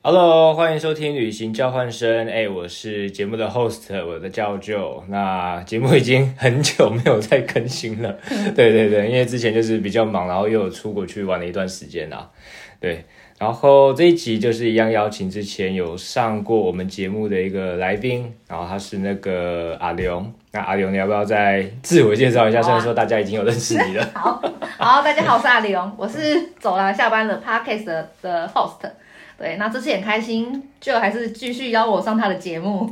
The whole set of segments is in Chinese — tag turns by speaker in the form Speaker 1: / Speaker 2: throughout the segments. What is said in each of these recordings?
Speaker 1: Hello，欢迎收听旅行交换生。哎、我是节目的 host，我的叫 Joe。那节目已经很久没有再更新了，对对对，因为之前就是比较忙，然后又有出国去玩了一段时间啦。对，然后这一集就是一样邀请之前有上过我们节目的一个来宾，然后他是那个阿刘。那阿刘，你要不要再自我介绍一下？虽然说大家已经有认识你了，
Speaker 2: 好好，大家好，我是阿里龙，我是走了下班了 Podcast 的的 host。对，那这次也很开心，就还是继续邀我上他的节目。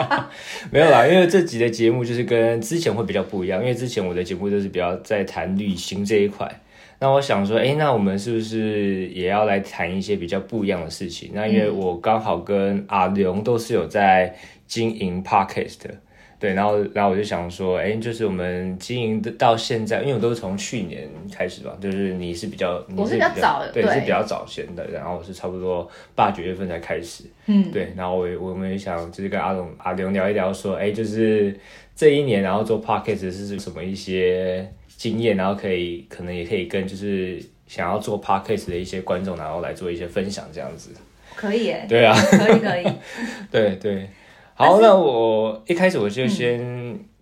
Speaker 1: 没有啦，因为这集的节目就是跟之前会比较不一样，因为之前我的节目就是比较在谈旅行这一块。那我想说，哎、那我们是不是也要来谈一些比较不一样的事情？那因为
Speaker 2: 嗯
Speaker 1: 我刚好跟阿龙都是有在经营 podcast 的，对，然后然后我就想说，哎、就是我们经营的到现在，因为我都是从去年开始吧，就是你是比较，你
Speaker 2: 我
Speaker 1: 比
Speaker 2: 是比较早的
Speaker 1: 对，你是
Speaker 2: 对
Speaker 1: 比较早先的，然后我是差不多八九月份才开始，
Speaker 2: 嗯，
Speaker 1: 对，然后我也我们也想就是跟阿龙阿龙聊一聊说，哎，就是这一年然后做 podcast 是什么一些经验，然后可以可能也可以跟就是想要做 podcast 的一些观众，然后来做一些分享这样子。
Speaker 2: 可以耶，
Speaker 1: 对啊，
Speaker 2: 可以可以。
Speaker 1: 对对。好，那我一开始我就先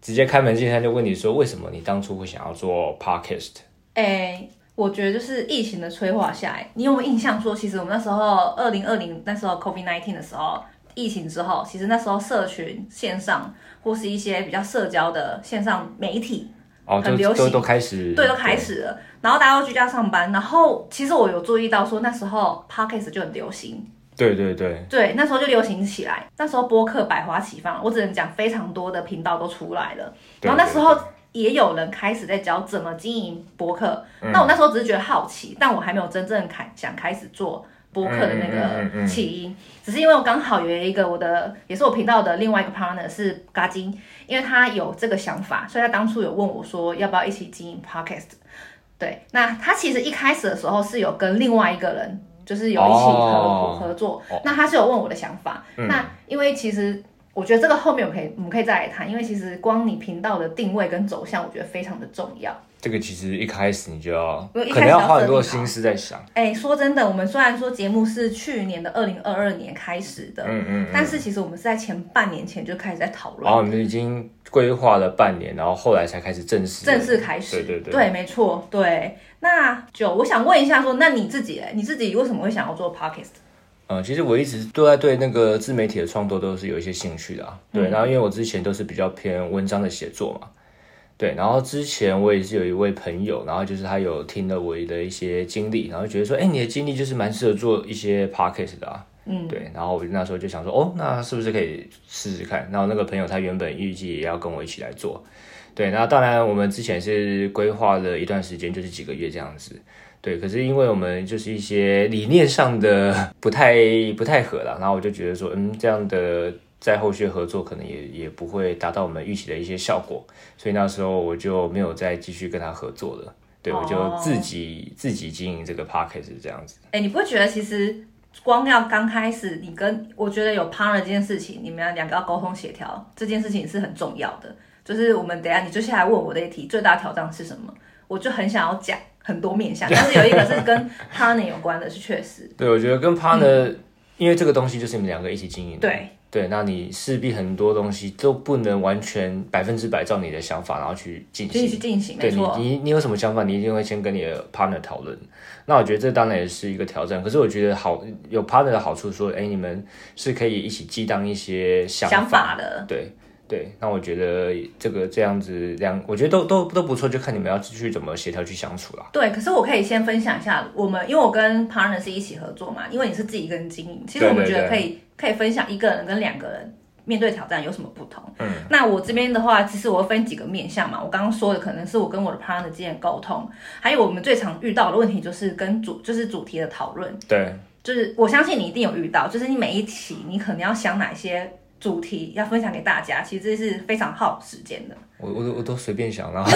Speaker 1: 直接开门见山就问你说，为什么你当初会想要做 podcast？
Speaker 2: 哎、我觉得就是疫情的催化下，哎，你有没有印象说，其实我们那时候二零二零那时候 COVID nineteen 的时候，疫情之后，其实那时候社群线上或是一些比较社交的线上媒体，
Speaker 1: 哦，
Speaker 2: 很
Speaker 1: 就
Speaker 2: 流行
Speaker 1: 都都开始
Speaker 2: 对，都开始了。然后大家都居家上班，然后其实我有注意到说那时候 podcast 就很流行，
Speaker 1: 对对对
Speaker 2: 对，那时候就流行起来。那时候播客百花齐放，我只能讲非常多的频道都出来了。
Speaker 1: 对
Speaker 2: 然后那
Speaker 1: 对
Speaker 2: 时候也有人开始在教怎么经营播客。
Speaker 1: 嗯
Speaker 2: 那我那时候只是觉得好奇，但我还没有真正开想开始做。播客的
Speaker 1: 嗯嗯嗯
Speaker 2: 那
Speaker 1: 嗯
Speaker 2: 个起因，只是因为我刚好有一个我的，也是我频道的另外一个 partner 是嘎金，因为他有这个想法，所以他当初有问我说要不要一起经营 podcast。对，那他其实一开始的时候是有跟另外一个人，就是有一起合、
Speaker 1: 哦嗯
Speaker 2: 合作。那他是有问我的想法。那因为其实我觉得这个后面我可以我们可以再来谈，因为其实光你频道的定位跟走向，我觉得非常的重要。
Speaker 1: 这个其实一开始你就要
Speaker 2: 我一开
Speaker 1: 可能
Speaker 2: 始
Speaker 1: 要
Speaker 2: 要
Speaker 1: 花
Speaker 2: 设
Speaker 1: 很多
Speaker 2: 定好
Speaker 1: 心思在想，
Speaker 2: 哎，说真的，我们虽然说节目是去年的二零二二年开始的，
Speaker 1: 嗯嗯嗯。
Speaker 2: 但是其实我们是在前半年前就开始在讨论
Speaker 1: 然，哦后你们已经规划了半年，然后后来才开始正式
Speaker 2: 正式开始。
Speaker 1: 对对对
Speaker 2: 没错，对。那就我想问一下说那你自己，哎你自己为什么会想要做 podcast？
Speaker 1: 呃，其实我一直都在对那个自媒体的创作都是有一些兴趣的、啊，对。然后因为我之前都是比较偏文章的写作嘛，对。然后之前我也是有一位朋友，然后就是他有听了我的一些经历，然后觉得说，哎，你的经历就是蛮适合做一些 podcast 的啊，嗯，对。然后我就那时候就想说，哦，那是不是可以试试看？然后那个朋友他原本预计也要跟我一起来做，对。那当然我们之前是规划了一段时间，就是几个月这样子。对，可是因为我们就是一些理念上的不太不太合啦，然后我就觉得说，嗯，这样的在后续合作可能也也不会达到我们预期的一些效果，所以那时候我就没有再继续跟他合作了。对，我就
Speaker 2: 哦
Speaker 1: 自己、自己经营这个 p o c k e t 这样子。
Speaker 2: 哎、你不会觉得其实光要刚开始，你跟我觉得有 partner 这件事情，你们两个要沟通协调这件事情是很重要的。就是我们等一下你接下来问我的一题，最大挑战是什么？我就很想要讲很多面向， 但是有一个是跟 partner 有关的，是确实
Speaker 1: 对，我觉得跟 partner，、因为这个东西就是你们两个一起经营的。
Speaker 2: 嗯对。
Speaker 1: 对，那你势必很多东西都不能完全百分之百照你的想法，然后去进
Speaker 2: 就一
Speaker 1: 行
Speaker 2: 起。进行，没
Speaker 1: 对你
Speaker 2: 错，，
Speaker 1: 你你有什么想法，你一定会先跟你的 partner 讨论。那我觉得这当然也是一个挑战，可是我觉得好有 partner 的好处说，哎，你们是可以一起激荡一些想
Speaker 2: 想法的。
Speaker 1: 对对。那我觉得这个这样子两，我觉得都都都不错，就看你们要去怎么协调去相处啦。
Speaker 2: 对，可是我可以先分享一下，我们因为我跟 partner 是一起合作嘛，因为你是自己一个人经营，其实
Speaker 1: 对
Speaker 2: 我们
Speaker 1: 对
Speaker 2: 觉
Speaker 1: 对
Speaker 2: 得可以可以分享一个人跟两个人面对挑战有什么不同。嗯，那我这边的话，其实我会分几个面向嘛，我刚刚说的可能是我跟我的 partner 之间的沟通，还有我们最常遇到的问题就是跟主就是主题的讨论，
Speaker 1: 对
Speaker 2: 就是我相信你一定有遇到，就是你每一期你可能要想哪些主题要分享给大家，其实这是非常耗时间的。
Speaker 1: 我我都我都随便想 啦。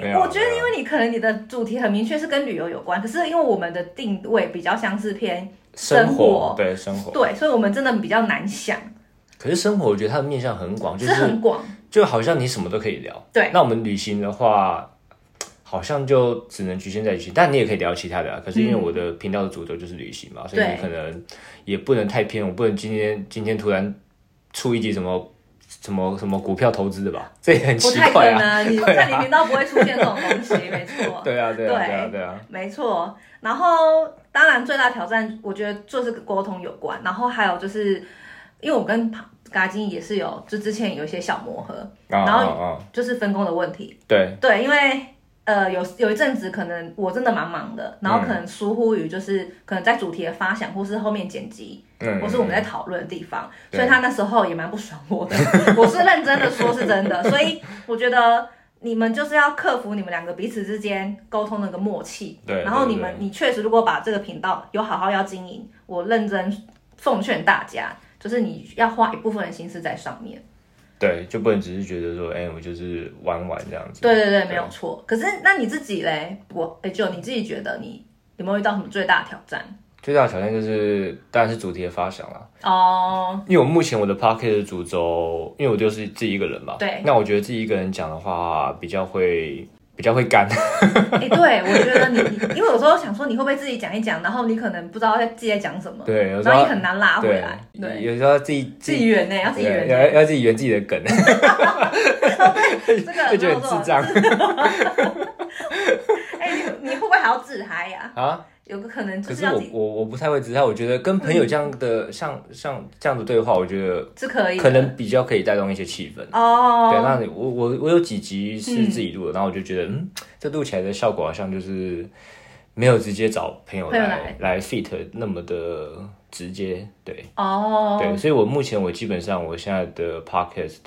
Speaker 1: 没有啊
Speaker 2: 我觉得，因为你可能你的主题很明确是跟旅游有关，可是因为我们的定位比较像是偏
Speaker 1: 生
Speaker 2: 生活
Speaker 1: 对生活，
Speaker 2: 对，所以我们真的比较难想，
Speaker 1: 可是生活我觉得它的面哦向很广，就是
Speaker 2: 很广。
Speaker 1: 就好像你什么都可以聊。
Speaker 2: 对
Speaker 1: 那我们旅行的话，好像就只能局限在旅行，但你也可以聊其他的啊。可是因为我的频道的主轴就是旅行嘛，所以
Speaker 2: 嗯对
Speaker 1: 你可能也不能太偏，我不能今天今天突然出一集什么什么什么股票投资的吧，这也很
Speaker 2: 不
Speaker 1: 奇
Speaker 2: 太
Speaker 1: 怪
Speaker 2: 可
Speaker 1: 啊。
Speaker 2: 能，你在你频道不会出现这种 东西，没错。
Speaker 1: 对啊，对啊，对啊，
Speaker 2: 对
Speaker 1: 对啊，
Speaker 2: 没错，然后当然最大挑战，我觉得就是跟沟通有关，然后还有就是，因为我跟嘎金也是有，就之前有一些小磨合，
Speaker 1: 啊
Speaker 2: 然
Speaker 1: 啊
Speaker 2: 后
Speaker 1: 啊，
Speaker 2: 就是分工的问题。
Speaker 1: 对，
Speaker 2: 对，因为呃有有一阵子可能我真的蛮忙的，然后可能疏忽于就是可能在主题的发想或是后面剪辑，
Speaker 1: 嗯，
Speaker 2: 或是我们在讨论的地方，
Speaker 1: 对
Speaker 2: 所以他那时候也蛮不爽我的。 我是认真的说，是真的。所以我觉得你们就是要克服你们两个彼此之间沟通的一个默契。
Speaker 1: 对
Speaker 2: 然后
Speaker 1: 对
Speaker 2: 你们
Speaker 1: 对
Speaker 2: 你确实如果把这个频道有好好要经营，我认真奉劝大家，就是你要花一部分的心思在上面。
Speaker 1: 对，就不能只是觉得说，哎、我就是玩玩这样子。
Speaker 2: 对对对，没有错。可是那你自己嘞，我哎就你自己觉得你有没有遇到什么最大的挑战？
Speaker 1: 最大的挑战就是，当然是主题的发想啦。
Speaker 2: 哦，
Speaker 1: 因为我目前我的 p o c k e t 的主轴，因为我就是自己一个人嘛。
Speaker 2: 对
Speaker 1: 那我觉得自己一个人讲的话，比较会比较会干。
Speaker 2: 哎、对，我觉得你，你因为有时候想说你会不会自己讲一讲，然后你可能不知道自己在讲什么，
Speaker 1: 对，有时
Speaker 2: 然后
Speaker 1: 候
Speaker 2: 你很难拉回
Speaker 1: 对
Speaker 2: 来，，对，
Speaker 1: 有时候自己
Speaker 2: 自己圆呢、要自己圆
Speaker 1: 对
Speaker 2: 呢、
Speaker 1: 要要自己圆自己的 梗，
Speaker 2: 这个
Speaker 1: 会觉得
Speaker 2: 没有错
Speaker 1: 很智。障
Speaker 2: 哎、你你会不会还要自嗨呀、
Speaker 1: 啊。
Speaker 2: 有个可能就
Speaker 1: 可
Speaker 2: 是
Speaker 1: 是
Speaker 2: 要
Speaker 1: 我
Speaker 2: 自己，嗯
Speaker 1: 我我不太会知道，我觉得跟朋友这样的、像像这样的对话，我觉得
Speaker 2: 是可以的，
Speaker 1: 可能比较可以带动一些气氛。对，
Speaker 2: 哦，嗯
Speaker 1: 那你我我我有几集是自己录的，然后我就觉得，嗯，这录起来的效果好像就是没有直接找朋友
Speaker 2: 朋友
Speaker 1: 来来 fit 那么的直接，对、
Speaker 2: 哦，
Speaker 1: 对，所以我目前我基本上我现在的 podcast，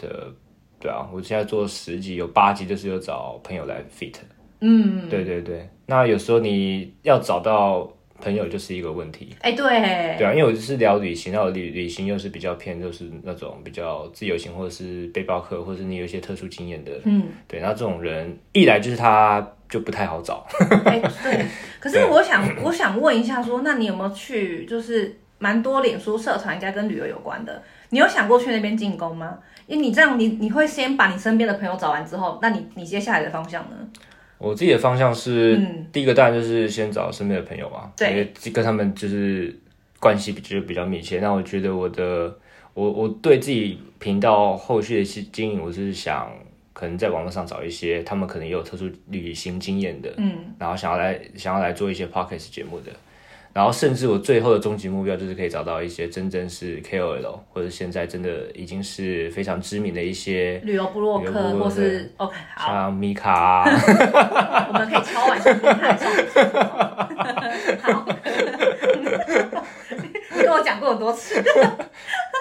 Speaker 1: 对啊，我现在做十集有八集就是有找朋友来 fit，
Speaker 2: 嗯，
Speaker 1: 对对对，那有时候你要找到朋友就是一个问题。
Speaker 2: 哎、对，
Speaker 1: 对啊，因为我是聊旅行，那我旅旅行又是比较偏，就是那种比较自由行，或者是背包客，或者是你有一些特殊经验的，
Speaker 2: 嗯，
Speaker 1: 对。那这种人一来就是他就不太好找，
Speaker 2: 哎、对。可是我想，我想问一下说那你有没有去，就是蛮多脸书社团应该跟旅游有关的，你有想过去那边进攻吗？因为你这样，你你会先把你身边的朋友找完之后，那你你接下来的方向呢？
Speaker 1: 我自己的方向是，
Speaker 2: 嗯
Speaker 1: 第一个当然就是先找身边的朋友嘛，
Speaker 2: 对
Speaker 1: 因为跟他们就是关系比就比较密切。那我觉得我的我我对自己频道后续的一些经营，我是想可能在网络上找一些他们可能也有特殊旅行经验的，
Speaker 2: 嗯，
Speaker 1: 然后想要来想要来做一些 podcast 节目的。然后，甚至我最后的终极目标就是可以找到一些真正是 KOL，或者现在真的已经是非常知名的一些，
Speaker 2: 旅游部落
Speaker 1: 旅游部
Speaker 2: 客
Speaker 1: 落客
Speaker 2: 或是 OK，好，
Speaker 1: 像米卡、 啊，
Speaker 2: 我们可以敲晚上去看一下。 好，你跟我讲过很多次，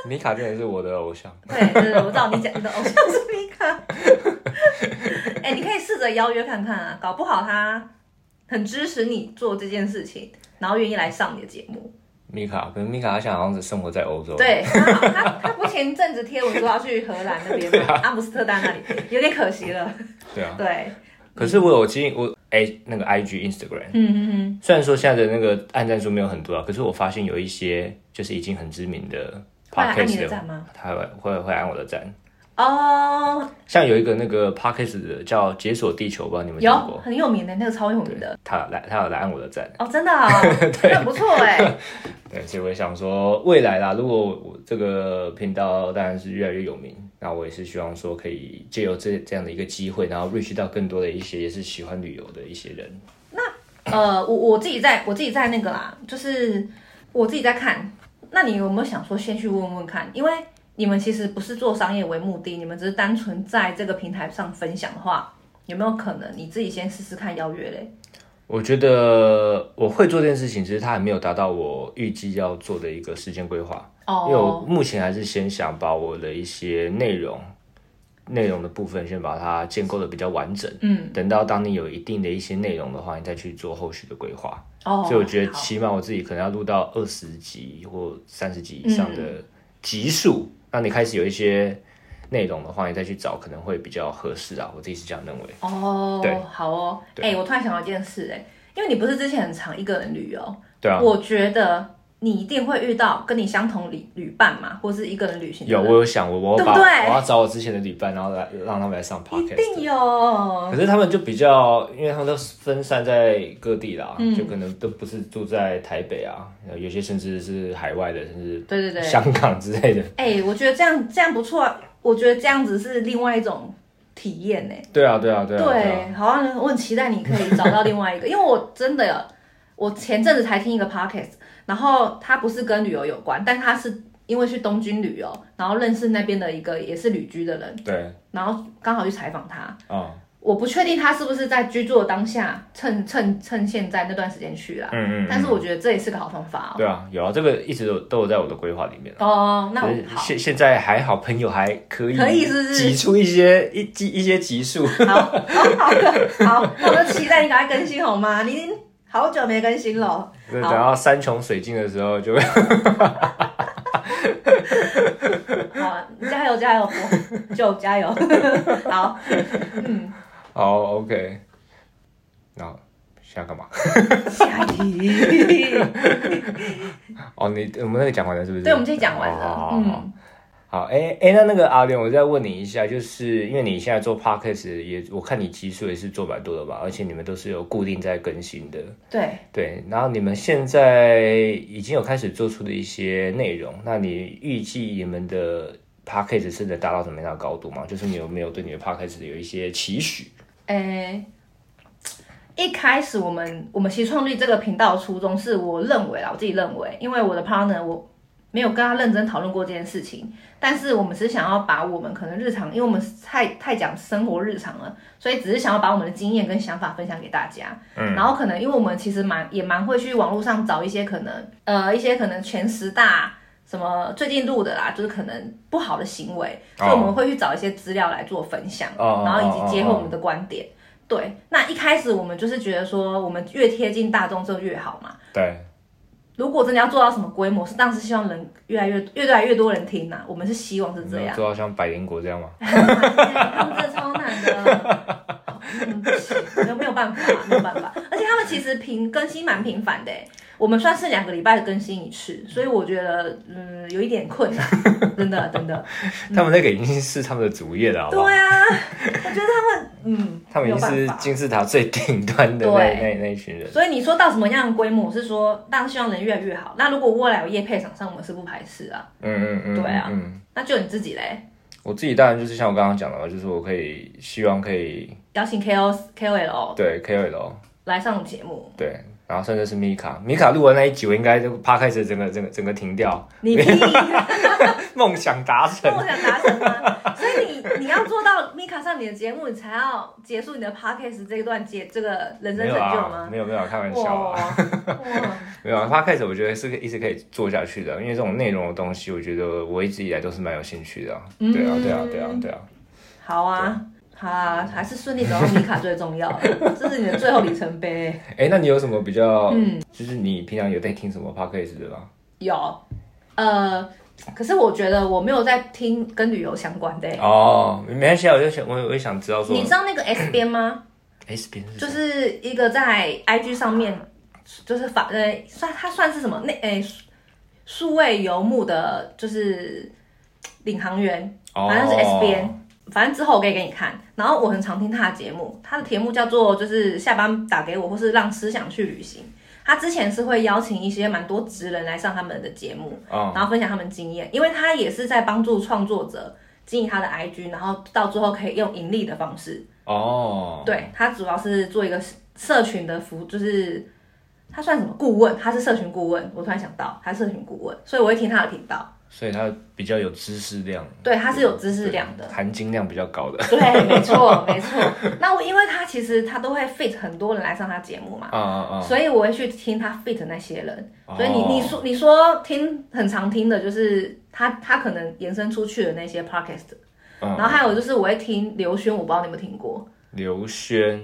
Speaker 1: 米卡真的是我的偶像。
Speaker 2: 对对，对我知道你讲你的偶像是米卡。 哎、你可以试着邀约看看啊，搞不好他很支持你做这件事情，然后愿意来上你的节目。
Speaker 1: 米卡，可能米卡她现在好像是生活在欧洲。，
Speaker 2: 对他好，他他不前一阵子贴文说要去荷兰 那边吗？阿姆斯特丹那里，有点可惜了。
Speaker 1: 啊对啊。
Speaker 2: 对，
Speaker 1: 可是我有经我哎、那个 IG Instagram，
Speaker 2: 嗯嗯嗯，
Speaker 1: 虽然说现在的那个按赞数没有很多啊，可是我发现有一些就是已经很知名的
Speaker 2: 会来按你
Speaker 1: podcast
Speaker 2: 的
Speaker 1: 的，
Speaker 2: 赞吗？
Speaker 1: 他会会会按我的赞。
Speaker 2: 哦、
Speaker 1: 像有一个那个 podcast 的叫解锁地球，不知道你们听
Speaker 2: 有
Speaker 1: 过？
Speaker 2: 很有名的那个超有名的
Speaker 1: 他有来他有来按我的赞，
Speaker 2: 哦，真 的、哦，那很不错哎。
Speaker 1: 对，所以我也想说未来啦，如果我这个频道当然是越来越有名，那我也是希望说可以借由这这样的一个机会，然后 reach 到更多的一些也是喜欢旅游的一些人。
Speaker 2: 呃，我我自己在我自己在那个啦，就是我自己在看。那你有没有想说先去问问看？因为你们其实不是做商业为目的，你们只是单纯在这个平台上分享的话，有没有可能你自己先试试看邀约嘞？
Speaker 1: 我觉得我会做这件事情，只是它还没有达到我预计要做的一个时间规划，因为我
Speaker 2: 哦，
Speaker 1: 目前还是先想把我的一些内容、内容的部分先把它建构的比较完整。
Speaker 2: 嗯，
Speaker 1: 等到当你有一定的一些内容的话，你再去做后续的规划。
Speaker 2: 哦，
Speaker 1: 所以我觉得
Speaker 2: 好
Speaker 1: 起码我自己可能要录到二十集或三十
Speaker 2: 嗯
Speaker 1: 集以上的集数，那你开始有一些内容的话，你再去找可能会比较合适啊。我自己是这样认为。对
Speaker 2: 哦，好哦，哎、我突然想到一件事、哎，因为你不是之前很常一个人旅游，
Speaker 1: 对啊，
Speaker 2: 我觉得你一定会遇到跟你相同旅旅伴嘛，或是一个人旅行的
Speaker 1: 有，
Speaker 2: 人
Speaker 1: 我有想，我我要把
Speaker 2: 对不对
Speaker 1: 我要找我之前的旅伴，然后来让他们来上 podcast。
Speaker 2: 一定有，
Speaker 1: 可是他们就比较，因为他们都分散在各地啦，
Speaker 2: 嗯
Speaker 1: 就可能都不是住在台北啊，有些甚至是海外的，甚至
Speaker 2: 对对对。
Speaker 1: 香港之类的。
Speaker 2: 哎、我觉得这样这样不错啊，我觉得这样子是另外一种体验呢、
Speaker 1: 对啊，对啊，对啊，对啊
Speaker 2: 对，好像我很期待你可以找到另外 一个，因为我真的，我前阵子才听一个 podcast，然后它不是跟旅游有关，但它是因为去东京旅游，然后认识那边的一个也是旅居的人，
Speaker 1: 对
Speaker 2: 然后刚好去采访他。
Speaker 1: 啊，
Speaker 2: 我不确定他是不是在居住的当下，趁趁趁现在那段时间去啦。
Speaker 1: 嗯嗯嗯
Speaker 2: 但是我觉得这也是个好方法
Speaker 1: 对啊，有啊，这个一直都都有在我的规划里面。
Speaker 2: 哦。哦，那
Speaker 1: 可
Speaker 2: 我
Speaker 1: 是
Speaker 2: 好。
Speaker 1: 现现在还好，朋友还可以，
Speaker 2: 可以是不是
Speaker 1: 挤出一些一集一些集 数？
Speaker 2: 好，好，好的，好，那我就期待你赶快更新好吗？你已经好久没更新了，
Speaker 1: 就是等到山穷水尽的时候，就会
Speaker 2: 好，加油加油，我就 加油，好，
Speaker 1: 好 OK。然后现在干嘛？
Speaker 2: 下一题，
Speaker 1: 哦，你我们那个讲完了是不是？
Speaker 2: 对，我们这集讲完
Speaker 1: 好好
Speaker 2: 了，
Speaker 1: 好好
Speaker 2: 嗯，
Speaker 1: 好，哎、哎、那那个阿莲，我再问你一下，就是因为你现在做 podcast 也，我看你集数也是做蛮多的吧，而且你们都是有固定在更新的，
Speaker 2: 对，
Speaker 1: 对。然后你们现在已经有开始做出的一些内容，那你预计你们的 podcast 是能达到什么样的高度吗？就是你有没有对你的 podcast 有一些期许？
Speaker 2: 诶，一开始我们我们其实创立这个频道的初衷是我认为啦，我自己认为，因为我的 partner 我没有跟他认真讨论过这件事情，但是我们只是想要把我们可能日常，因为我们太太讲生活日常了，所以只是想要把我们的经验跟想法分享给大家。嗯，然后可能因为我们其实蛮也蛮会去网络上找一些可能呃一些可能前十大。什么最近录的啦，就是可能不好的行为，所以我们会去找一些资料来做分享，
Speaker 1: 哦
Speaker 2: 然后以及结合
Speaker 1: 哦哦
Speaker 2: 我们的观点。对，那一开始我们就是觉得说，我们越贴近大众就越好嘛。
Speaker 1: 对，
Speaker 2: 如果真的要做到什么规模，是当时希望人越来越越来越多人听呐、啊我们是希望是这
Speaker 1: 没有
Speaker 2: 样。嗯哎
Speaker 1: 做到像百灵果这样 吗？
Speaker 2: 他们真的超难的，嗯，不行，没有没有办法，没有办法。而且他们其实频更新蛮频繁的欸，我们算是两个礼拜更新一次，所以我觉得嗯有一点困难，真的真的。
Speaker 1: 他们那个已经是他们的主业了，好不好？
Speaker 2: 对啊，我觉得他们嗯，
Speaker 1: 他们已
Speaker 2: 没有
Speaker 1: 经
Speaker 2: 办
Speaker 1: 是
Speaker 2: 法。
Speaker 1: 金字塔最顶端的那
Speaker 2: 对
Speaker 1: 那那一群人。
Speaker 2: 所以你说到什么样的规模，我是说当然希望人越来越好。那如果未来有业配厂商，我们是不排斥啊。
Speaker 1: 嗯嗯嗯，
Speaker 2: 对啊
Speaker 1: 嗯。
Speaker 2: 那就你自己嘞，
Speaker 1: 我自己当然就是像我刚刚讲的嘛，就是我可以希望可以
Speaker 2: 邀请 KO KOL
Speaker 1: 对 KOL
Speaker 2: 来上节目，
Speaker 1: 对，然后甚至是米卡，米卡录完那一集，我应该就趴开始整个整个整个停掉，
Speaker 2: 你屁，那
Speaker 1: 梦想达成。
Speaker 2: 我想达成吗？所以你你要做到 Mika 上你的节目，你才要结束你的 podcast 这一段节这个人生
Speaker 1: 没
Speaker 2: 成
Speaker 1: 有
Speaker 2: 就
Speaker 1: 啊，
Speaker 2: 吗？
Speaker 1: 没有没有，开玩笑
Speaker 2: 哇
Speaker 1: 啊，
Speaker 2: 哇，
Speaker 1: 没有啊。趴开始我觉得是可以一直可以做下去的，因为这种内容的东西，我觉得我一直以来都是蛮有兴趣的啊、
Speaker 2: 嗯
Speaker 1: 对啊，对啊，对啊，对啊。
Speaker 2: 好啊。好啊，还是顺利找到米卡最重要的，这是你的最后里程碑。嗯
Speaker 1: 哎、那你有什么比较？就是你平常有在听什么 podcast 的吗？
Speaker 2: 有，呃，可是我觉得我没有在听跟旅游相关的欸、
Speaker 1: 哦，没关系啊，我就想，我也我也想知道说嗯
Speaker 2: 你知道那个 S 边吗？
Speaker 1: ，S 边是
Speaker 2: 就
Speaker 1: 谁
Speaker 2: 是一个在 IG 上面，就是法呃算它算是什么那诶数数位游牧的，就是领航员，
Speaker 1: 哦
Speaker 2: 反正是 S 边。反正之后我可以给你看，然后我很常听他的节目，他的题目叫做就是下班打给我，或是让思想去旅行。他之前是会邀请一些蛮多职人来上他们的节目，
Speaker 1: 哦
Speaker 2: 然后分享他们经验，因为他也是在帮助创作者经营他的 IG，然后到最后可以用盈利的方式。
Speaker 1: 哦，
Speaker 2: 对他主要是做一个社群的服，就是他算什么顾问？他是社群顾问，我突然想到他是社群顾问，所以我会听他的频道。
Speaker 1: 所以它比较有知识量，
Speaker 2: 对，他是有知识量的。
Speaker 1: 含金量比较高的。
Speaker 2: 对，没错，没错。那我因为他其实他都会 fit 很多人来上他节目嘛，
Speaker 1: 啊啊啊！
Speaker 2: 所以我会去听他 fit 那些人。所以你
Speaker 1: 哦
Speaker 2: 你说你说听很常听的就是他他可能延伸出去的那些 podcast，
Speaker 1: 嗯
Speaker 2: 然后还有就是我会听刘轩，我不知道你有没有听过，
Speaker 1: 哦刘轩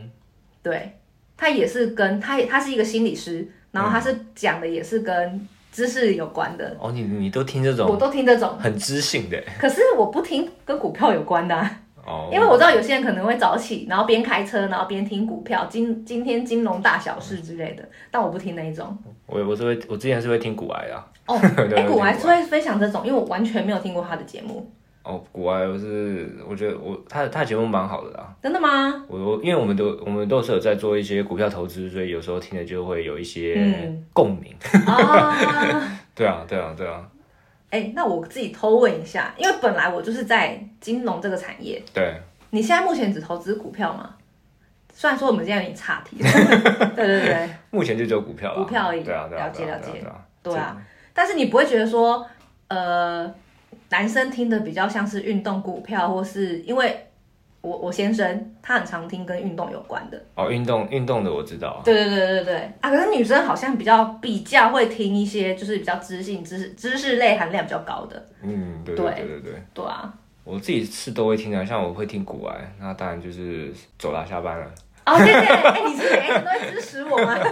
Speaker 2: 对他也是跟他也他是一个心理师，然后他是
Speaker 1: 嗯
Speaker 2: 讲的也是跟知识有关的，
Speaker 1: 哦，你你都听这
Speaker 2: 我
Speaker 1: 种
Speaker 2: 都听这种，
Speaker 1: 很知性的
Speaker 2: 可是我不听跟股票有关的、啊，
Speaker 1: 哦，
Speaker 2: 因为我知道有些人可能会早起，然后边开车，然后边听股票，今今天金融大小事之类的，但我不听那一种。
Speaker 1: 我我是会，我之前是会听古癌的啊。
Speaker 2: 哦，
Speaker 1: 对
Speaker 2: 哎、古
Speaker 1: 我
Speaker 2: 玩
Speaker 1: 听
Speaker 2: 是会分享这种，因为我完全没有听过他的节目，
Speaker 1: 哦，古埃我是我觉得我他他的节目蛮好的啦。
Speaker 2: 真的吗？
Speaker 1: 我我因为我们都我们都是有在做一些股票投资，所以有时候听着就会有一些
Speaker 2: 嗯
Speaker 1: 共鸣。
Speaker 2: 啊，
Speaker 1: 对啊，对啊，对啊，
Speaker 2: 哎、那我自己偷问一下，因为本来我就是在金融这个产业，
Speaker 1: 对。
Speaker 2: 你现在目前只投资股票吗？虽然说我们现在有点岔题， 对对对
Speaker 1: 目前就只有股票啦
Speaker 2: 股票而已
Speaker 1: 对啊，对啊，
Speaker 2: 了解
Speaker 1: 对啊
Speaker 2: 了解
Speaker 1: 对啊，
Speaker 2: 对啊，但是你不会觉得说，呃，男生听的比较像是运动股票，或是因为我我先生他很常听跟运动有关的，
Speaker 1: 哦，运动运动的我知道啊，
Speaker 2: 对对对对对啊，可是女生好像比较比较会听一些就是比较知性知识知识类含量比较高的，
Speaker 1: 嗯，对
Speaker 2: 对
Speaker 1: 对对对对，
Speaker 2: 对啊，
Speaker 1: 我自己是都会听的，像我会听古癌，那当然就是走啦，下班了。
Speaker 2: 哦，谢谢。哎、你是每一直都会支持我吗？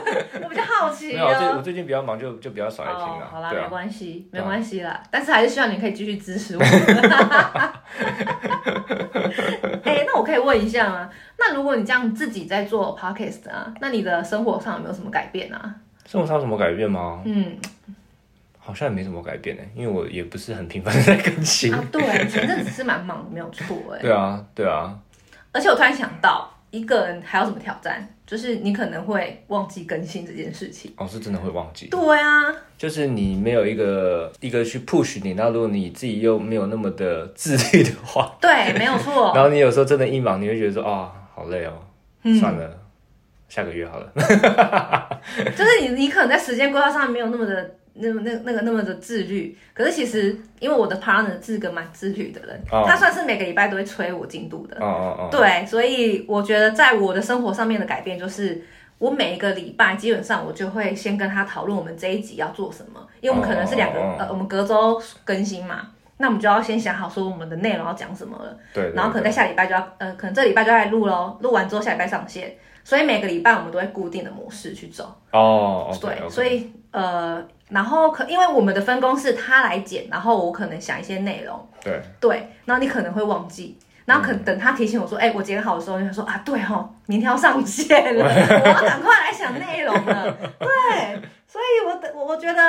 Speaker 2: 我比较好奇
Speaker 1: 没有，我最我
Speaker 2: 哦。
Speaker 1: 最近比较忙，就就比较少来听
Speaker 2: 哦
Speaker 1: 了，。
Speaker 2: 好啦，
Speaker 1: 对
Speaker 2: 没
Speaker 1: 啊，
Speaker 2: 关系，没
Speaker 1: 对啊
Speaker 2: 关系啦。但是还是希望你可以继续支 持我。 哎、那我可以问一下吗？那如果你这样自己在做 podcast 啊，那你的生活上有没有什么改变啊？
Speaker 1: 生活上有什么改变吗？
Speaker 2: 嗯，
Speaker 1: 好像也没什么改变呢，因为我也不是很频繁的在更 新。
Speaker 2: 啊，对，前阵子是蛮忙的，没有错哎、
Speaker 1: 对啊，对啊，
Speaker 2: 而且我突然想到，一个人还有什么挑战？就是你可能会忘记更新这件事情。
Speaker 1: 哦，是真的会忘记，
Speaker 2: 对啊，
Speaker 1: 就是你没有一个一个去 push 你，那如果你自己又没有那么的自律的 话，
Speaker 2: 对，没有错。
Speaker 1: 然后你有时候真的一忙，你会觉得说啊、好累哦，
Speaker 2: 嗯
Speaker 1: 算了，下个月好了。
Speaker 2: 就是你你可能在时间规划上没有那么的那么那那个那么的自律，可是其实因为我的 partner 是个蛮自律的人，
Speaker 1: 哦
Speaker 2: 他算是每个礼拜都会催我进度的，
Speaker 1: 哦哦哦，
Speaker 2: 对，所以我觉得在我的生活上面的改变就是。我每一个礼拜基本上我就会先跟他讨论我们这一集要做什么，因为我们可能是两个、
Speaker 1: 哦哦哦
Speaker 2: 呃，我们隔周更新嘛，那我们就要先想好说我们的内容要讲什么了。
Speaker 1: 对，对
Speaker 2: 然后可能在
Speaker 1: 对
Speaker 2: 下礼拜就要，呃，可能这礼拜就要来录喽，录完之后下礼拜上线，所以每个礼拜我们都会固定的模式去走。
Speaker 1: 哦，OK，
Speaker 2: 对
Speaker 1: OK
Speaker 2: 所以呃，然后可因为我们的分工是他来剪，然后我可能想一些内容，
Speaker 1: 对
Speaker 2: 对，然后你可能会忘记。然后可
Speaker 1: 嗯
Speaker 2: 能等他提醒我说，哎、我剪好的时候，你就说啊，对哦，明天要上线 了，我要赶快来想内容了。对，所以我的我我觉得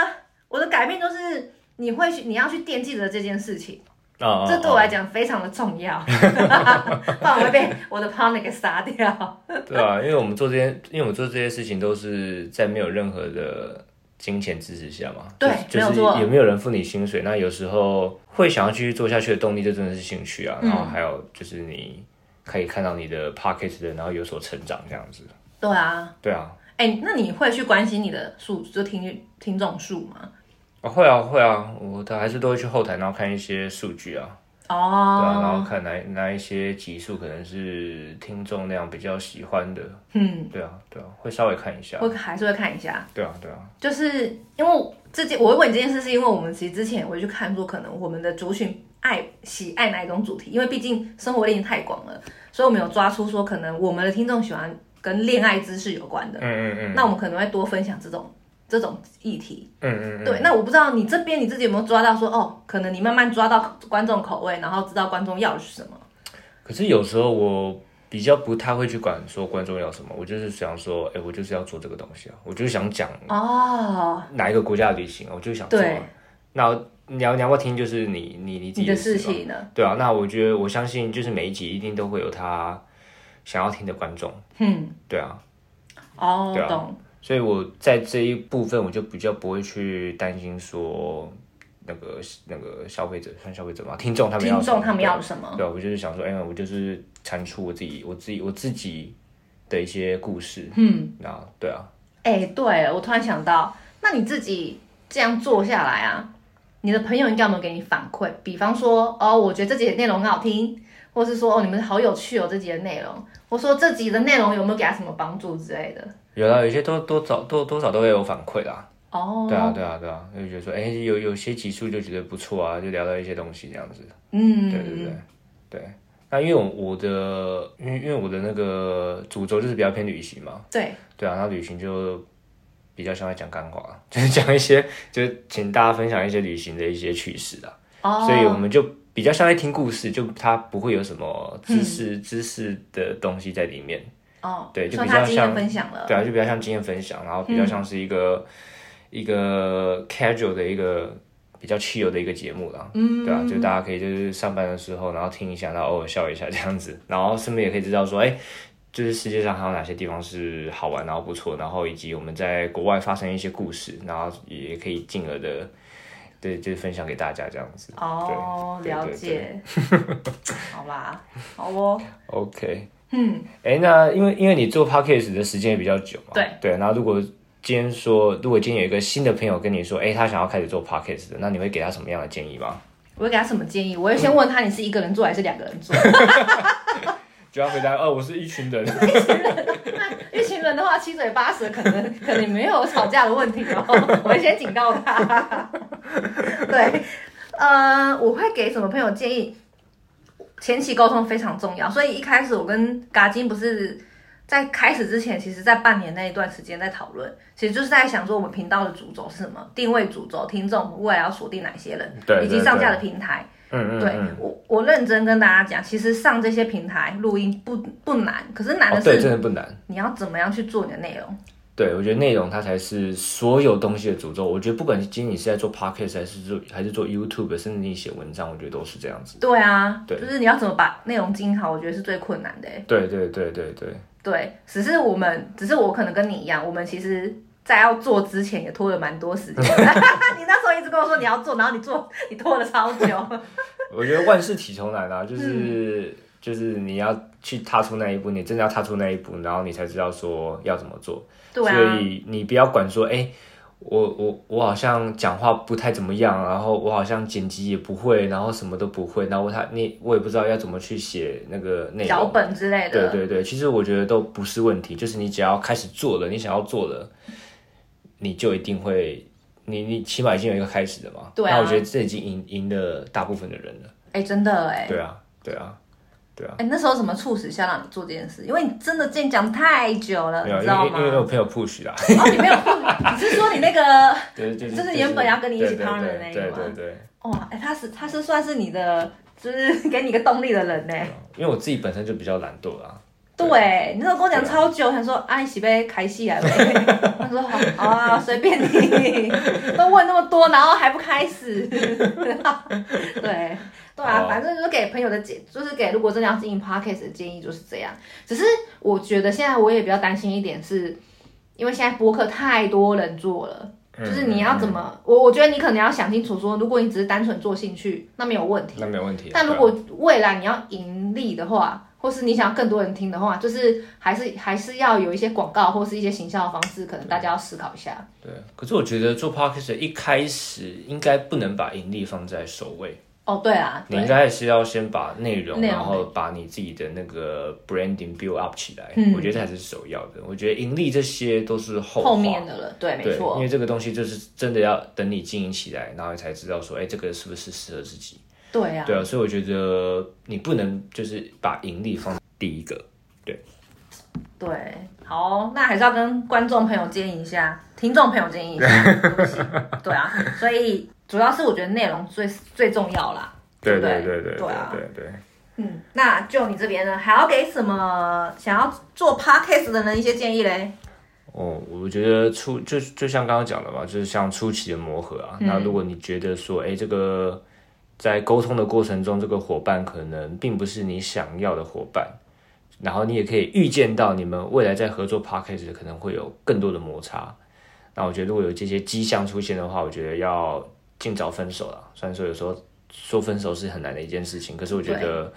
Speaker 2: 我的改变就是你会去你要去惦记着这件事情，
Speaker 1: 啊，
Speaker 2: 这对我
Speaker 1: 啊
Speaker 2: 来讲非常的重要， 不然我会被我的 partner 给杀掉。
Speaker 1: 啊 对啊，因为我们做这些，因为我们做这些事情都是在没有任何的金钱支持下嘛，
Speaker 2: 对
Speaker 1: 就
Speaker 2: 没有
Speaker 1: 是
Speaker 2: 错
Speaker 1: 也没有人付你薪水，那有时候会想要继续做下去的动力，就真的是兴趣
Speaker 2: 嗯
Speaker 1: 啊，然后还有就是你可以看到你的 p o c k e t 的，然后有所成长这样子，
Speaker 2: 对啊，
Speaker 1: 对啊，
Speaker 2: 哎、那你会去关心你的数，就听听众数吗？
Speaker 1: 哦会啊会啊，我的还是都会去后台，然后看一些数据啊，对啊，然
Speaker 2: 哦，
Speaker 1: 后看哪哪一些集数可能是听众量比较喜欢的，
Speaker 2: 嗯，
Speaker 1: 对啊，对啊，会稍微看一下。
Speaker 2: 会还是会看一下，
Speaker 1: 对啊，对啊，
Speaker 2: 就是因为这件，我会问你这件事，是因为我们其实之前我就去看说，可能我们的族群爱喜爱哪一种主题，因为毕竟生活类型太广了，所以我们有抓出说，可能我们的听众喜欢跟恋爱知识有关的，
Speaker 1: 嗯嗯
Speaker 2: 那我们可能会多分享这种这种议题。
Speaker 1: 嗯嗯嗯，
Speaker 2: 对，那我不知道你这边你自己有没有抓到说，哦，可能你慢慢抓到观众口味，然后知道观众要的是什么。
Speaker 1: 可是有时候我比较不太会去管说观众要什么，我就是想说，哎，我就是要做这个东西啊，我就是想讲
Speaker 2: 哦，
Speaker 1: 哪一个国家的旅行，我就是想做
Speaker 2: 对
Speaker 1: 啊。那你要你要不要听？就是你你你自己
Speaker 2: 你的
Speaker 1: 事
Speaker 2: 事
Speaker 1: 情。
Speaker 2: 情呢？
Speaker 1: 对啊，那我觉得我相信，就是每一集一定都会有他想要听的观众。
Speaker 2: 嗯，
Speaker 1: 对啊，
Speaker 2: 哦，
Speaker 1: 对啊
Speaker 2: 懂。
Speaker 1: 所以我在这一部分我就比较不会去担心说那个那个消费者算消费者嘛，听众他们要
Speaker 2: 听
Speaker 1: 什么
Speaker 2: 众他们要的什么？
Speaker 1: 对啊，我就是想说，哎、我就是产出我自己我自己我自己的一些故事，
Speaker 2: 嗯，
Speaker 1: 那对啊，
Speaker 2: 哎，对，我突然想到，那你自己这样做下来啊，你的朋友应该有没有给你反馈？比方说，哦，我觉得这集的内容很好听，或是说，哦，你们好有趣哦，这集的内容，或说这集的内容有没有给他什么帮助之类的？
Speaker 1: 有啦，有些多多少多多少都会有反馈啦，
Speaker 2: 哦，
Speaker 1: 对啊，对啊，对啊，就觉得说，哎、有有些集数就觉得不错啊，就聊到一些东西这样子，
Speaker 2: 嗯，
Speaker 1: 对对对、对。那因为我我的，因为因为我的那个主轴就是比较偏旅行嘛，
Speaker 2: 对，
Speaker 1: 对啊，那旅行就比较喜欢讲干话， 就是讲一些，就是请大家分享一些旅行的一些趣事啊。
Speaker 2: 哦，
Speaker 1: 所以我们就比较像在听故事，就它不会有什么知识、知识的东西在里面。
Speaker 2: 哦，
Speaker 1: 对就
Speaker 2: 算
Speaker 1: 比较
Speaker 2: 他经验
Speaker 1: 像
Speaker 2: 分享了，
Speaker 1: 对啊，就比较像经验分享，然后比较像是一个、一个 casual 的一个比较 chill 的一个节目啦。嗯，对啊，就大家可以就是上班的时候，然后听一下，然后偶尔笑一下这样子，然后顺便也可以知道说，哎、就是世界上还有哪些地方是好玩，然后不错，然后以及我们在国外发生一些故事，然后也可以进而的，对，就是分享给大家这样子。
Speaker 2: 哦，
Speaker 1: 对对
Speaker 2: 了
Speaker 1: 对
Speaker 2: 解，好吧，好哦，
Speaker 1: OK，
Speaker 2: 嗯，
Speaker 1: 哎，那因为因为你做 podcast 的时间也比较久嘛，
Speaker 2: 对
Speaker 1: 对，然后如果今天说，如果今天有一个新的朋友跟你说，哎，他想要开始做 podcast 的，那你会给他什么样的建议吗？
Speaker 2: 我会给他什么建议？我会先问他你是一个人做还是两个人做？
Speaker 1: 就要回答，哦，我是一群 人，
Speaker 2: 一群人的话，七嘴八舌，可能可能没有吵架的问题哦。我会先警告他。对，呃，我会给什么朋友建议？前期沟通非常重要，所以一开始我跟嘎金不是在开始之前，其实在半年那一段时间在讨论，其实就是在想说我们频道的主轴是什么，定位主轴，听众未来要锁定哪些人，
Speaker 1: 对对
Speaker 2: 以及上架的平台。
Speaker 1: 嗯嗯，
Speaker 2: 对
Speaker 1: 嗯
Speaker 2: 我，我认真跟大家讲，其实上这些平台录音不不难，可是难
Speaker 1: 哦
Speaker 2: 的，是、
Speaker 1: 对，真的不难。
Speaker 2: 你要怎么样去做你的内容？
Speaker 1: 对，我觉得内容它才是所有东西的诅咒。我觉得不管今天你是在做 podcast 还是做还是做 YouTube，甚至你写文章，我觉得都是这样子。
Speaker 2: 对啊，
Speaker 1: 对
Speaker 2: 就是你要怎么把内容经营好，我觉得是最困难的欸。
Speaker 1: 对对对对对，
Speaker 2: 对，只是我们，只是我可能跟你一样，我们其实。在要做之前也拖了蛮 多时间， 你那时候一直跟我说你要做，然后你做， 你拖了超 久。
Speaker 1: 我觉得万事起头难
Speaker 2: 嗯
Speaker 1: 啊，就是、就是你要去踏出那一步，你真的要踏出那一步，然后你才知道说要怎么做。
Speaker 2: 对
Speaker 1: 所
Speaker 2: 啊，
Speaker 1: 以你不要管说，哎、我我我好像讲话不太怎么样，然后我好像剪辑也不会，然后什么都不会，然后他你我也不知道要怎么去写那个内
Speaker 2: 脚
Speaker 1: 容。
Speaker 2: 本之类的，
Speaker 1: 对对对，其实我觉得都不是问题，就是你只要开始做了，你想要做的，你就一定会，你你起码已经有一个开始的嘛。
Speaker 2: 对啊
Speaker 1: 那我觉得这已经赢赢了大部分的人了。
Speaker 2: 哎、真的哎、
Speaker 1: 对啊，对啊，对啊。
Speaker 2: 哎、那时候怎么促使下让你做这件事？因为你真的这讲太久了，
Speaker 1: 没
Speaker 2: 呃
Speaker 1: 有，
Speaker 2: 你知
Speaker 1: 因
Speaker 2: 道
Speaker 1: 为
Speaker 2: 吗？
Speaker 1: 因为我朋友 push 啦，
Speaker 2: 哦，你没有 碰，你是说你那个
Speaker 1: 对，就是
Speaker 2: 就是原本要跟你一起
Speaker 1: 对
Speaker 2: partner
Speaker 1: 对
Speaker 2: 的那一
Speaker 1: 对
Speaker 2: 个
Speaker 1: 对
Speaker 2: 吗
Speaker 1: 对，
Speaker 2: 哇？哎、他是他是算是你的，就是 给你一个动力的人呢。
Speaker 1: 因为我自己本身就比较懒惰啦，
Speaker 2: 对，你那时候跟我讲
Speaker 1: 对啊
Speaker 2: 超久，想说啊， 你洗杯开戏来呗。他说好好啊，随便你， 都问那么多，然后还不开始。 对对啊，
Speaker 1: 哦
Speaker 2: 反正就是给朋友的建，就是给如果真的要经营 podcast 的建议就是这样。只是我觉得现在我也比较担心一点是，因为现在播客太多人做了。就是你要怎
Speaker 1: 么，
Speaker 2: 么，我我觉得你可能要想清楚说，如果你只是单纯做兴趣，那没有问题。
Speaker 1: 那没有问题啊。
Speaker 2: 但如
Speaker 1: 对啊
Speaker 2: 果未来你要盈利的话，或是你想要更多人听的话，就是还是还是要有一些广告或是一些行销的方式，可能大家要思考一下。
Speaker 1: 对，可是我觉得做 podcast 一开始应该不能把盈利放在首位，
Speaker 2: 哦，对啊，
Speaker 1: 你
Speaker 2: 对
Speaker 1: 应，该还是要先把内容，
Speaker 2: 内容
Speaker 1: 然后把你自己的那个 branding build up 起来，
Speaker 2: 嗯
Speaker 1: 我觉得这才是首要的。我觉得盈利这些都是后
Speaker 2: 后
Speaker 1: 话
Speaker 2: 面的了，对，没
Speaker 1: 对，因
Speaker 2: 错，
Speaker 1: 为这个东西就是真的要等你经营起来，然后你才知道说，哎、这个是不是适合自己。
Speaker 2: 对啊，
Speaker 1: 对啊，所以我觉得你不能就是把盈利放第一个。
Speaker 2: 对，好哦、那还是要跟观众朋友建议一下，听众朋友建议一下， 对不起，对啊，所以主要是我觉得内容最最重要啦，不对对啊。
Speaker 1: 对。
Speaker 2: 嗯，那就你这边呢，还要给什么想要做 podcast 的人一些建议嘞？
Speaker 1: 哦，我觉得初就就像刚刚讲的嘛，就是像初期的磨合啊。那如果你觉得说，哎，这个在沟通的过程中，这个伙伴可能并不是你想要的伙伴，然后你也可以预见到你们未来在合作 p a c k a g e 可能会有更多的摩擦。那我觉得如果有这些迹象出现的话，我觉得要尽早分手了。虽然说有时候说分手是很难的一件事情，可是我觉得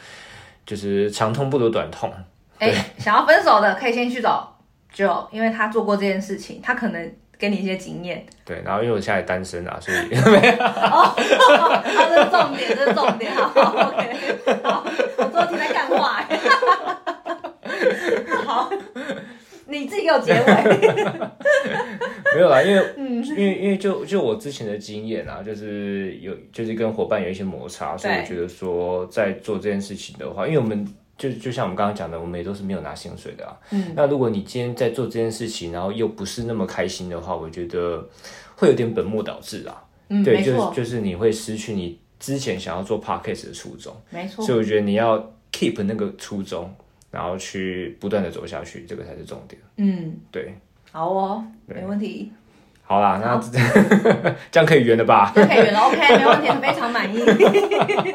Speaker 1: 就是长痛不如短痛。
Speaker 2: 哎、想要分手的可以先去找 Joe，因为他做过这件事情，他可能给你一些经验。
Speaker 1: 对，然后因为我现在单身啊，所以。
Speaker 2: 啊，这是重点，这是重点。好，OK，好，我昨天在干话、 欸。好，你自己给我结尾。
Speaker 1: 没有啦，因 为、
Speaker 2: 嗯
Speaker 1: 因为因为就就我之前的经验啊，就是有就是跟伙伴有一些摩擦，所以
Speaker 2: 对
Speaker 1: 我觉得说在做这件事情的话，因为我们就就像我们刚刚讲的，我们也都是没有拿薪水的啊。
Speaker 2: 嗯，
Speaker 1: 那如果你今天在做这件事情，然后又不是那么开心的话，我觉得会有点本末倒置啊。
Speaker 2: 嗯，
Speaker 1: 对，
Speaker 2: 没
Speaker 1: 就
Speaker 2: 错
Speaker 1: 是，就是你会失去你之前想要做 podcast 的初衷，
Speaker 2: 没错
Speaker 1: 所，以我觉得你要 keep 那个初衷，然后去不断的走下去，这个才是重点。
Speaker 2: 嗯，
Speaker 1: 对，
Speaker 2: 好哦，没问题，
Speaker 1: 好啦，那这 样可以圆了吧？
Speaker 2: 就可以圆了，OK，没问题，非常满意。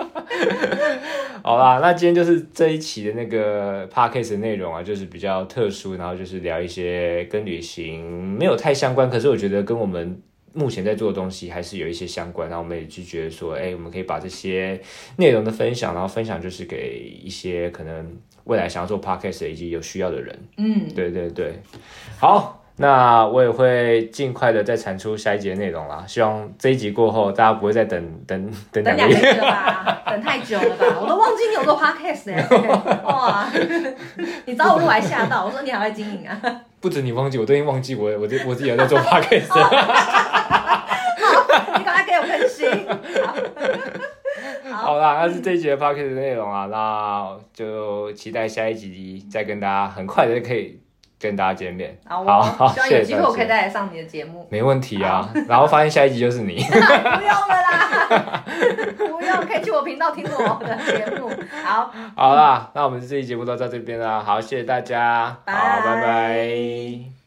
Speaker 1: 好啦，那今天就是这一期的那个 podcast 的内容啊，就是比较特殊，然后就是聊一些跟旅行没有太相关，可是我觉得跟我们目前在做的东西还是有一些相关。然后我们也就觉得说，哎、我们可以把这些内容的分享，然后分享就是给一些可能未来想要做 podcast 的以及有需要的人。
Speaker 2: 嗯，
Speaker 1: 对对对，好。那我也会尽快的再产出下一集的内容啦，希望这一集过后大家不会再等等等
Speaker 2: 等
Speaker 1: 两
Speaker 2: 两
Speaker 1: 个
Speaker 2: 个
Speaker 1: 月。
Speaker 2: 月了吧，等太久了吧，我都忘记你有做 podcast 了。哇， 你找我录还吓到，我说你还会经营啊，
Speaker 1: 不止你忘记，我都已经忘记我我自我自己有在 做 podcast 了。
Speaker 2: 你赶快给我更 新。
Speaker 1: 好啦，那是这一集的 podcast 的内容啊，那就期待下一集再跟大家很快的可以跟大家见面。
Speaker 2: 好
Speaker 1: 好
Speaker 2: 哦，
Speaker 1: 好，
Speaker 2: 希望
Speaker 1: 谢
Speaker 2: 有
Speaker 1: 谢
Speaker 2: 机
Speaker 1: 大
Speaker 2: 会
Speaker 1: 家
Speaker 2: 我可以再来上你的节目。
Speaker 1: 没问题啊。然后发现下一集就是 你。
Speaker 2: 不用了啦， 不用，可以去我频道听我的节目。好，
Speaker 1: 好啦，那我们这一集节目就到这边啦。好，谢谢大家，好，
Speaker 2: 拜
Speaker 1: 拜拜